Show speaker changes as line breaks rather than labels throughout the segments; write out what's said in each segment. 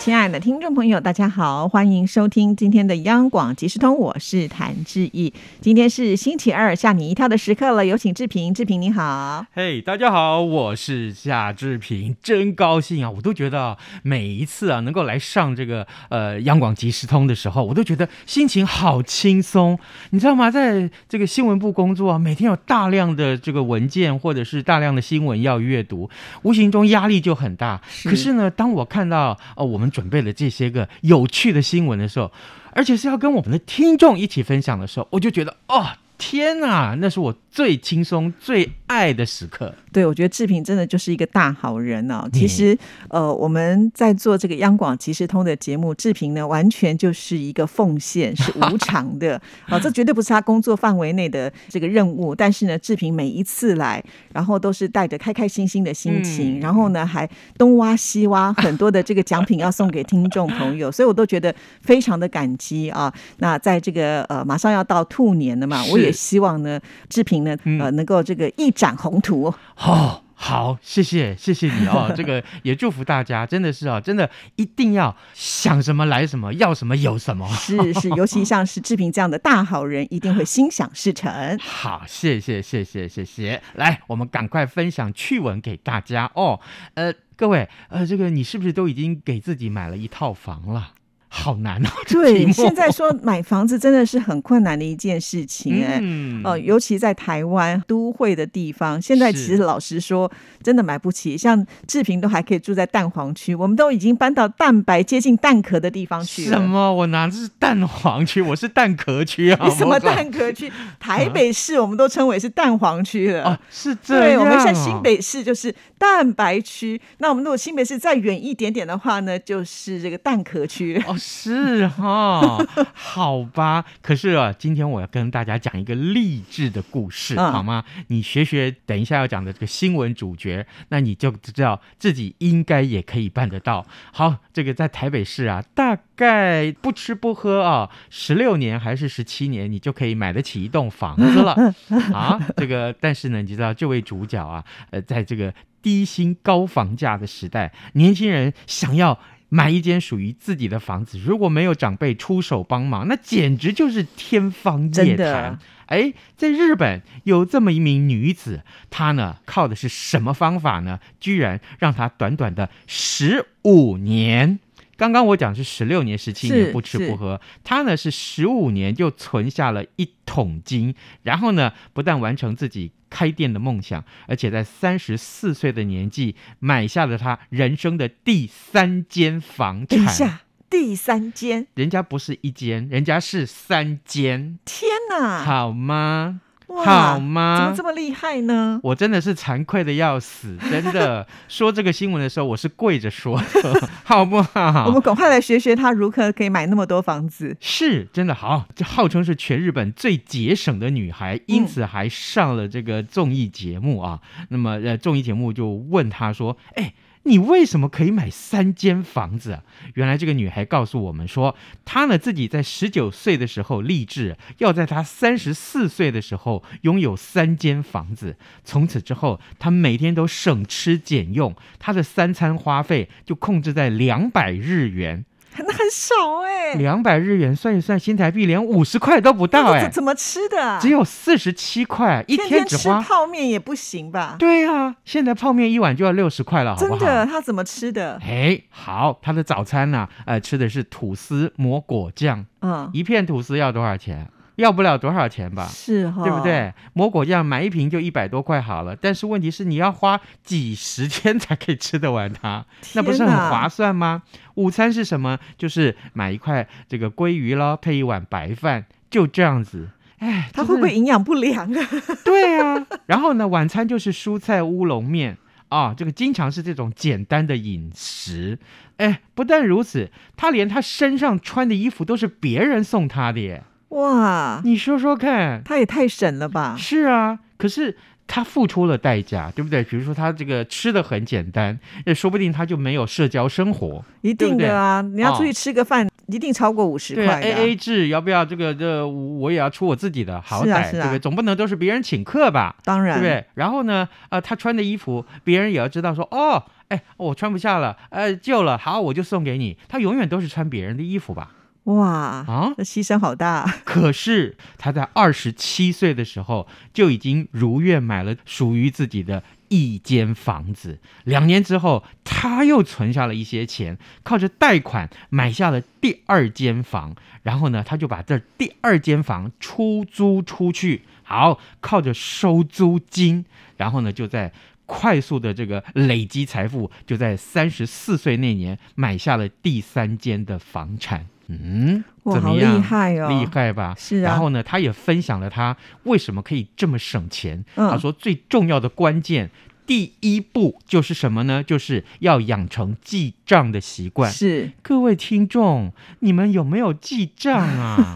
亲爱的听众朋友，大家好，欢迎收听今天的央广即时通，我是谭志毅。今天是星期二，吓你一跳的时刻了，有请志平。志平你好，
嘿大家好，我是夏志平，真高兴啊！我都觉得啊每一次啊能够来上这个呃央广即时通的时候，我都觉得心情好轻松，你知道吗？在这个新闻部工作啊，每天有大量的这个文件或者是大量的新闻要阅读，无形中压力就很大。
是
可是呢，当我看到呃我们准备了这些个有趣的新闻的时候，而且是要跟我们的听众一起分享的时候，我就觉得哦。天呐，那是我最轻松、最爱的时刻。
对我觉得志平真的就是一个大好人哦。
嗯
其实，呃，我们在做这个央广即时通的节目，志平呢完全就是一个奉献， 是无偿的啊、这绝对不是他工作范围内的这个任务。但是呢，志平每一次来，然后都是带着开开心心的心情，
嗯
然后呢还东挖西挖，很多的这个奖品要送给听众朋友，所以我都觉得非常的感激啊。那在这个呃马上要到兔年了嘛，我
是嗯
也希望呢，志平呢呃能够这个一展宏图。
哦，好，谢谢，谢谢 你哦。这个也祝福大家，真的是哦，真的一定要想什么来什么，要什么有什么。
是是，尤其像是志平这样的大好人，一定会心想事 成。
好，谢谢，谢谢，谢谢。来，我们赶快分享趣闻给大家哦。呃，各位，呃，这个你是不是都已经给自己买了一套房了？好难哦，这题
对，
目
现在说买房子真的是很困难的一件事情哎、
嗯，
呃，尤其在台湾都会的地方，现在其
是
实老实说，真的买不起。像志平都还可以住在蛋黄区，我们都已经搬到蛋白接近蛋壳的地方去
什
了。
么？我拿的是蛋黄区，我是蛋壳区啊。
你什么
我靠
蛋壳区？台北市我们都称为是蛋黄区了。
哦，是这
对，
样、哦。
我们现在新北市就是蛋白区，那我们如果新北市再远一点点的话呢，就是这个蛋壳区。
哦，是哈，好吧。可是啊，今天我要跟大家讲一个励志的故事，
嗯
好吗？你学学等一下要讲的这个新闻主角，那你就知道自己应该也可以办得到。好，这个在台北市啊，大概不吃不喝啊，十六年还是十七年，你就可以买得起一栋房子 了 啊。这个，但是呢，你知道这位主角啊，呃，在这个低薪高房价的时代，年轻人想要买一间属于自己的房子，如果没有长辈出手帮忙，那简直就是天方夜
真的
谭。哎，在日本有这么一名女子，她呢靠的是什么方法呢？居然让她短短的十五年。刚刚我讲是十六年、十七
是
年不吃
是
不喝，她呢是十五年就存下了一桶金，然后呢不但完成自己开店的梦想，而且在三十四岁的年纪买下了她人生的第三间房
等一
产。
下，第三间，
人家不是一间，人家是三间，
天哪！
好吗？
啊哇，
好
怎么
吗
这？么厉害呢？
我真的是惭愧的要死，真 的说这个新闻的时候，我是跪着说的，好不好？
我们赶快来学学他如何可以买那么多房子。
是真的好，这号称是全日本最节省的女孩，因此还上了这个综艺节目啊。那么呃，综艺节目就问她说：“哎，你为什么可以买三间房子、啊？”原来这个女孩告诉我们说，她呢自己在十九岁的时候立志，要在她三十四岁的时候拥有三间房子。从此之后，她每天都省吃俭用，她的三餐花费就控制在两百日元。
那很少哎、
两百日元算一算，新台币连五十块都不到
那
哎、
这怎么吃的、啊？
只有四十七块，一
天
只
吃
花。
泡面也不行吧？
对啊，现在泡面一碗就要六十块了，好不
真
好？
的，他怎么吃的？
哎，好，他的早餐呢、呃，吃的是吐司抹果酱，
嗯，
一片吐司要多少钱？要不了多少钱吧，
是哈、
对不？对？抹果酱买一瓶就一百多块好了，但是问题是你要花几十天才可以吃得完它。那不是
天
很
哪
划算吗？午餐是什么？就是买一块这个鲑鱼咯，配一碗白饭，就这样子。哎，
他
真
会不
的
会营养不良啊？
对啊，然后呢，晚餐就是蔬菜乌龙面啊，这个经常是这种简单的饮食。哎，不但如此，他连他身上穿的衣服都是别人送他的耶。
哇，
你说说看，
他也太省了吧？
是啊，可是。他付出了代价，对不对？比如说他这个吃的很简单，那说不定他就没有社交生活。
一
对不
定
对
的啊，你要出
哦
去吃个饭，一定超过五十
对
块
哎
的
，A
啊。
A 制要不要？这个这我也要出我自己的，好
是啊
歹、
是
对不
啊
对？总不能都是别人请客吧？
当
对
然，
不对？然后呢，呃，他穿的衣服，别人也要知道说，哦，哎，我穿不下了，呃，旧了，好，我就送给你。他永远都是穿别人的衣服吧？
哇，
啊，
这牺牲好大，
可是他在二十七岁的时候就已经如愿买了属于自己的一间房子。两年之后，他又存下了一些钱，靠着贷款买下了第二间房。然后呢，他就把这第二间房出租出去，好，靠着收租金，然后呢，就在。快速的这个累积财富，就在三十四岁那年买下了第三间的房产。嗯，
哇，
怎
好
么
厉
样？
害哦，
厉害吧？
是啊
然后呢，他也分享了他为什么可以这么省钱。
嗯
他说最重要的关键。第一步就是什么呢？就是要养成记账的习惯。
是。
各位听众，你们有没有记 账啊？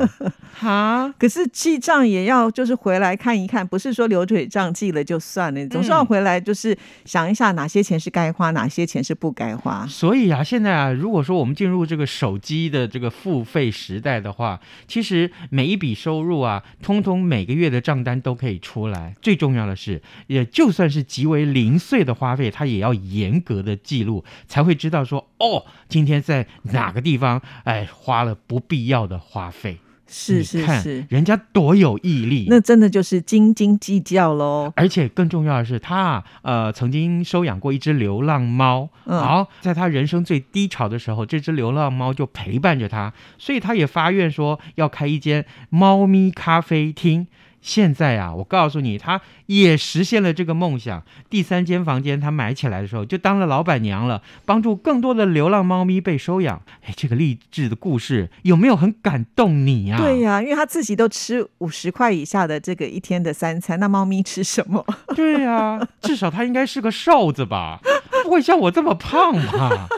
哈，
可是记账也要就是回来看一看，不是说流水账记了就算了，你总是要
嗯
回来就是想一下哪些钱是该花，哪些钱是不该花。
所以啊，现在啊，如果说我们进入这个手机的这个付费时代的话，其实每一笔收入啊，通通每个月的账单都可以出来。最重要的是，也就算是极为零碎的花费，它也要严格的记录，才会知道说，哦，今天在哪个地方，哎，花了不必要的花费。
是
你
是
看
是，
人家多有毅力。
那真的就是斤斤计较喽。
而且更重要的是，他啊，呃曾经收养过一只流浪猫，
嗯
好，在他人生最低潮的时候，这只流浪猫就陪伴着他，所以他也发愿说要开一间猫咪咖啡厅。现在啊，我告诉你，他也实现了这个梦想。第三间房间他买起来的时候，就当了老板娘了，帮助更多的流浪猫咪被收养。哎，这个励志的故事有没有很感动你啊呀、
对呀、因为他自己都吃五十块以下的这个一天的三餐，那猫咪吃什么？
对呀、至少他应该是个瘦子吧，不会像我这么胖 吧？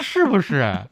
是不是？嗯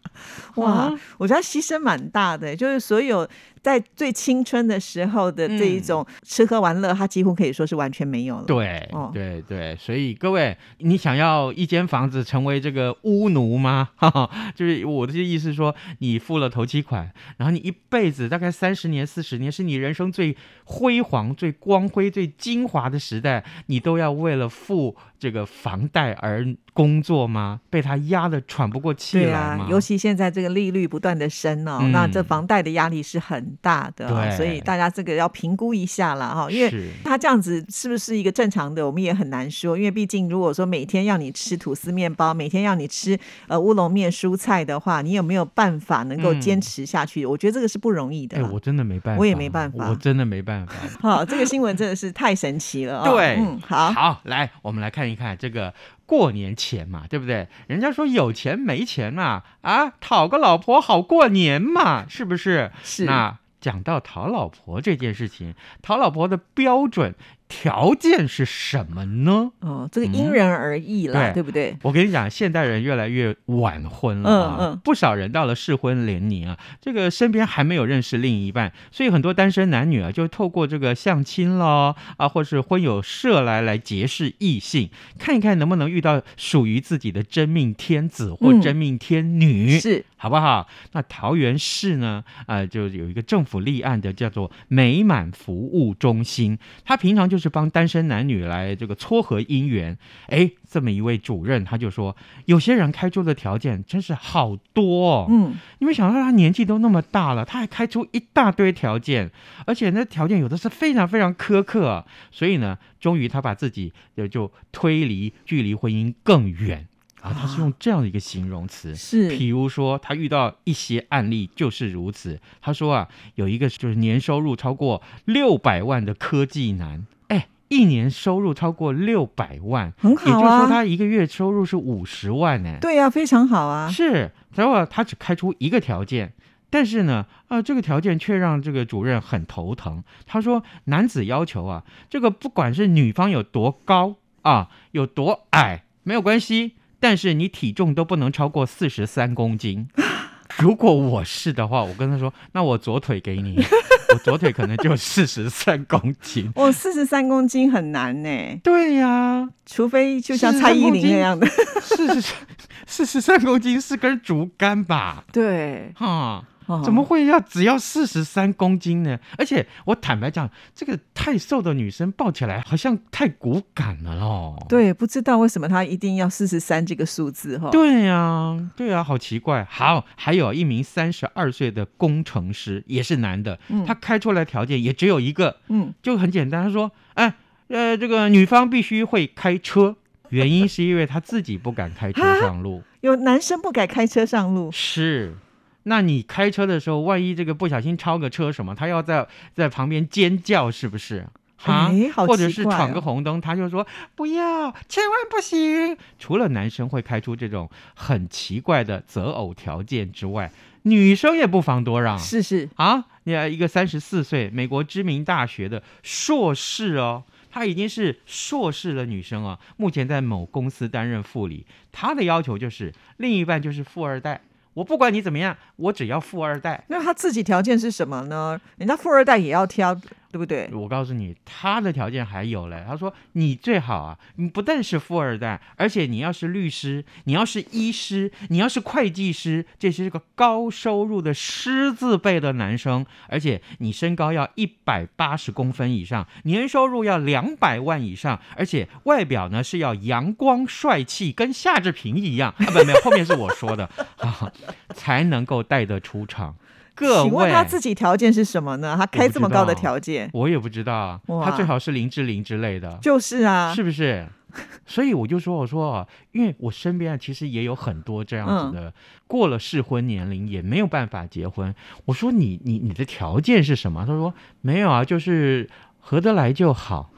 哇，我觉得他牺牲蛮大的，欸就是所有在最青春的时候的这一种吃喝玩乐，他几乎可以说是完全没有了。，
对
哦
对对，所以各位，你想要一间房子成为这个屋奴吗？ 哈哈，就是我的意思是说，你付了头期款，然后你一辈子大概三十年、四十年，是你人生最辉煌、最光辉、最精华的时代，你都要为了付这个房贷而工作吗？被他压得喘不过气
对
来
啊
吗？，
尤其现在这个利率不断的升哦，
嗯
那这房贷的压力是很大的哦、
对
所以大家这个要评估一下啦哈，因为。
是
他这样子是不是一个正常的？我们也很难说，因为毕竟如果说每天要你吃吐司面包，每天要你吃呃乌龙面、蔬菜的话，你有没有办法能够
嗯
坚持下去？我觉得这个是不容易的
哎、
啦。
我真的没办法，
我也没办法
我真的没办法。
好、这个新闻真的是太神奇了、哦。
对
嗯，好，
好，来，我们来看一看这个过年前嘛，对不对？人家说有钱没钱嘛，啊，讨个老婆好过年嘛，是不是？
是
那讲到讨老婆这件事情，讨老婆的标准条件是什么呢？
哦，这个因人而异啦，
嗯对
对不对？
我跟你讲，现代人越来越晚婚了啊，
嗯嗯
不少人到了适婚年龄啊，这个身边还没有认识另一半，所以很多单身男女啊，就透过这个相亲咯啊，或是婚友社来来结识异性，看一看能不能遇到属于自己的真命天子或
嗯
真命天女。
是
好不好？那桃园市呢？呃，就有一个政府立案的叫做美满服务中心，他平常就是帮单身男女来这个撮合姻缘。哎，这么一位主任他就说，有些人开出的条件真是好多、哦，
嗯，
因为想到他年纪都那么大了，他还开出一大堆条件，而且那条件有的是非常非常苛刻，所以呢，终于他把自己就就推离距离婚姻更远啊，他是用这样的一个形容词。
是
比如说，他遇到一些案例就是如此。他说啊，有一个就是年收入超过六百万的科技男，哎，一年收入超过六百万，
很
也就
好
是说
啊，
他一个月收入是五十万呢、
对呀、非常好啊，
是，然后他只开出一个条件，但是呢，啊、这个条件却让这个主任很头疼。他说，男子要求啊，这个不管是女方有多高啊，有多矮，没有关系，但是你体重都不能超过四十三公斤。如果我是的话，我跟他说，那我左腿给你，我左腿可能就四十三公斤。
我哦四十三公斤很难呢、
对呀、
除非就像蔡依林那样的。
四十四十三公斤是根竹竿吧？
对，
哈，
哦
怎么会要只要四十三公斤呢？而且我坦白讲，这个太瘦的女生抱起来好像太骨感了咯。
对？不知道为什么他一定要四十三这个数字哈。
对呀、对呀、好奇怪。好，还有一名三十二岁的工程师，也是男的，
嗯
他开出来条件也只有一个，
嗯，
就很简单。他说：“哎，呃，这个女方必须会开车，原因是因为他自己不敢开
啊
车上路。
有男生不敢开车上路，
是，那你开车的时候，万一这个不小心超个车什么，他要在在旁边尖叫，是不是？哈，
哎好
或者
奇
是
怪
闯个
哦
红灯，他就说不要，千万不行。除了男生会开出这种很奇怪的择偶条件之外，女生也不妨多让。
是是，
啊，你看一个三十四岁美国知名大学的硕士哦，她已经是硕士的女生啊，目前在某公司担任副理。她的要求就是另一半就是富二代，我不管你怎么样，我只要富二代。
那他自己条件是什么呢？人家富二代也要挑，对不对？
我告诉你，她的条件还有嘞。她说你最好啊，你不但是富二代，而且你要是律师，你要是医师，你要是会计师，这是个高收入的师字辈的男生，而且你身高要一百八十公分以上，年收入要两百万以上，而且外表呢是要阳光帅气，跟夏志平一样啊，不没有，后面是我说的 啊，才能够带得出场。各
请问
位，
他自己条件是什么呢？他开这么高的
我不知道
条件，
我也不知道啊，
哇
他最好是林志玲之类的，
就是啊，
是不是？ 所以我就说，我说啊，因为我身边啊其实也有很多这样
嗯
子的，过了适婚年龄也没有办法结婚。我说你你你的条件是什么？他说没有啊，就是合得来就好。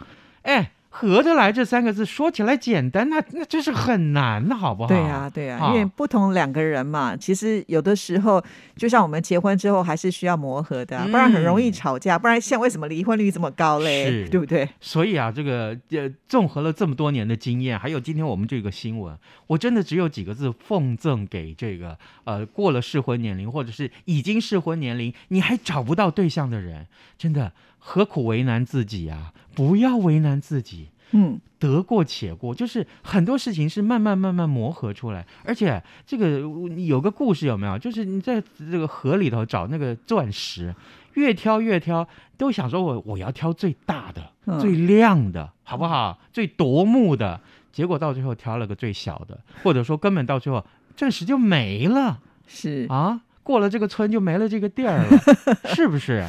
哎，合得来这三个字说起来简单，那那真是很难，好不好？
对呀、对呀、
啊
因为不同两个人嘛，其实有的时候，就像我们结婚之后，还是需要磨合的啊、不然很容易
嗯
吵架，不然像为什么离婚率这么高嘞
是？
对不对？
所以啊，这个呃，综合了这么多年的经验，还有今天我们这个新闻，我真的只有几个字奉赠给这个呃过了适婚年龄，或者是已经适婚年龄你还找不到对象的人，真的何苦为难自己啊？不要为难自己，
嗯，
得过且过，就是很多事情是慢慢慢慢磨合出来。而且这个有个故事有没有？就是你在这个河里头找那个钻石，越挑越挑，都想说我我要挑最大的、
嗯
最亮的，好不好？最夺目的。结果到最后挑了个最小的，或者说根本到最后钻石就没了
是。
啊！过了这个村就没了这个店儿了，是不是？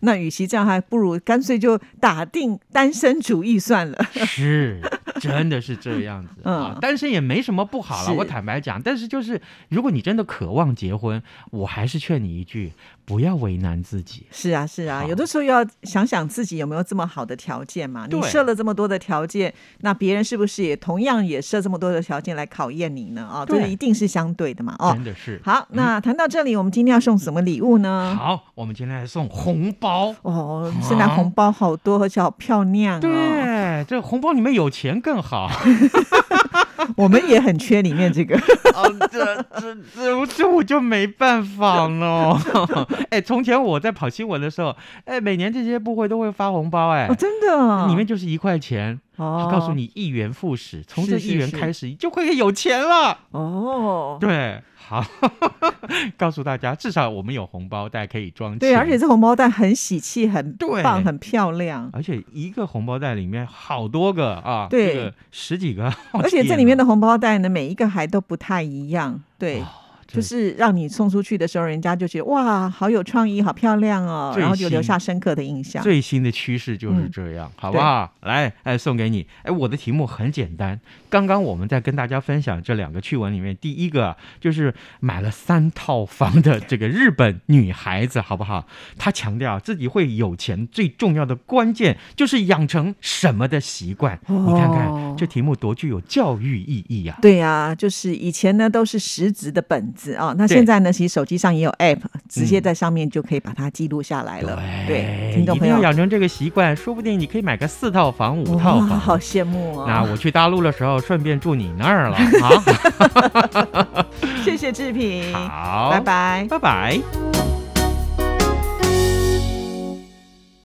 那与其这样，还不如干脆就打定单身主义算了。
是，真的是这样子啊
嗯。
单身也没什么不好了，
是
我坦白讲。但是就是，如果你真的渴望结婚，我还是劝你一句，不要为难自己。
是啊，是啊，
好
有的时候要想想自己有没有这么好的条件嘛。你
对
设了这么多的条件，那别人是不是也同样也设这么多的条件来考验你呢？啊、这
对嗯
一定是相对的嘛。哦，
真的是。
好，那谈到这里，我们今天要送什么礼物呢？
好，我们今天来送红包。
哦，圣诞红包好多，而且好漂亮哦。
对，这红包里面有钱更好。
我们也很缺里面这个，
啊，这这这这我就没办法了。 哎，从前我在跑新闻的时候，哎，每年这些部会都会发红包， 哎
哦，，真的哦。
里面就是一块钱，
哦
他，告诉你一元复始，从这
是
一元
是
开始你就会有钱了。
哦，
对，好， 告诉大家，至少我们有红包袋可以装钱。
对，而且这红包袋很喜气，很
对
棒，很漂亮。
而且一个红包袋里面好多个啊，
对
这个十几个，
而且这里面
的
的红包袋呢，每一个还都不太一样，对，
真
就是让你送出去的时候，人家就觉得哇，好有创意，好漂亮哦，
最
然后就留
新
下深刻的印象。
最新的趋势就是
嗯
这样，好不好？来，哎，送给你。哎，我的题目很简单，刚刚我们在跟大家分享这两个趣闻里面，第一个就是买了三套房的这个日本女孩子，好不好？她强调自己会有钱，最重要的关键就是养成什么的习惯。
哦
你看看这题目多具有教育意义呀、啊
啊对呀、就是以前呢都是实质的本子啊、那现在呢，其实手机上也有 App，直接在上面就可以把它记录下来了。对，听众
嗯一
朋
定
友
要，养成这个习惯，说不定你可以买个四套房、五
哇，
套房。
好羡慕
那
哦！
我去大陆的时候，顺便住你那儿了啊！
谢谢志平，
好，
嗯拜，拜。
拜拜。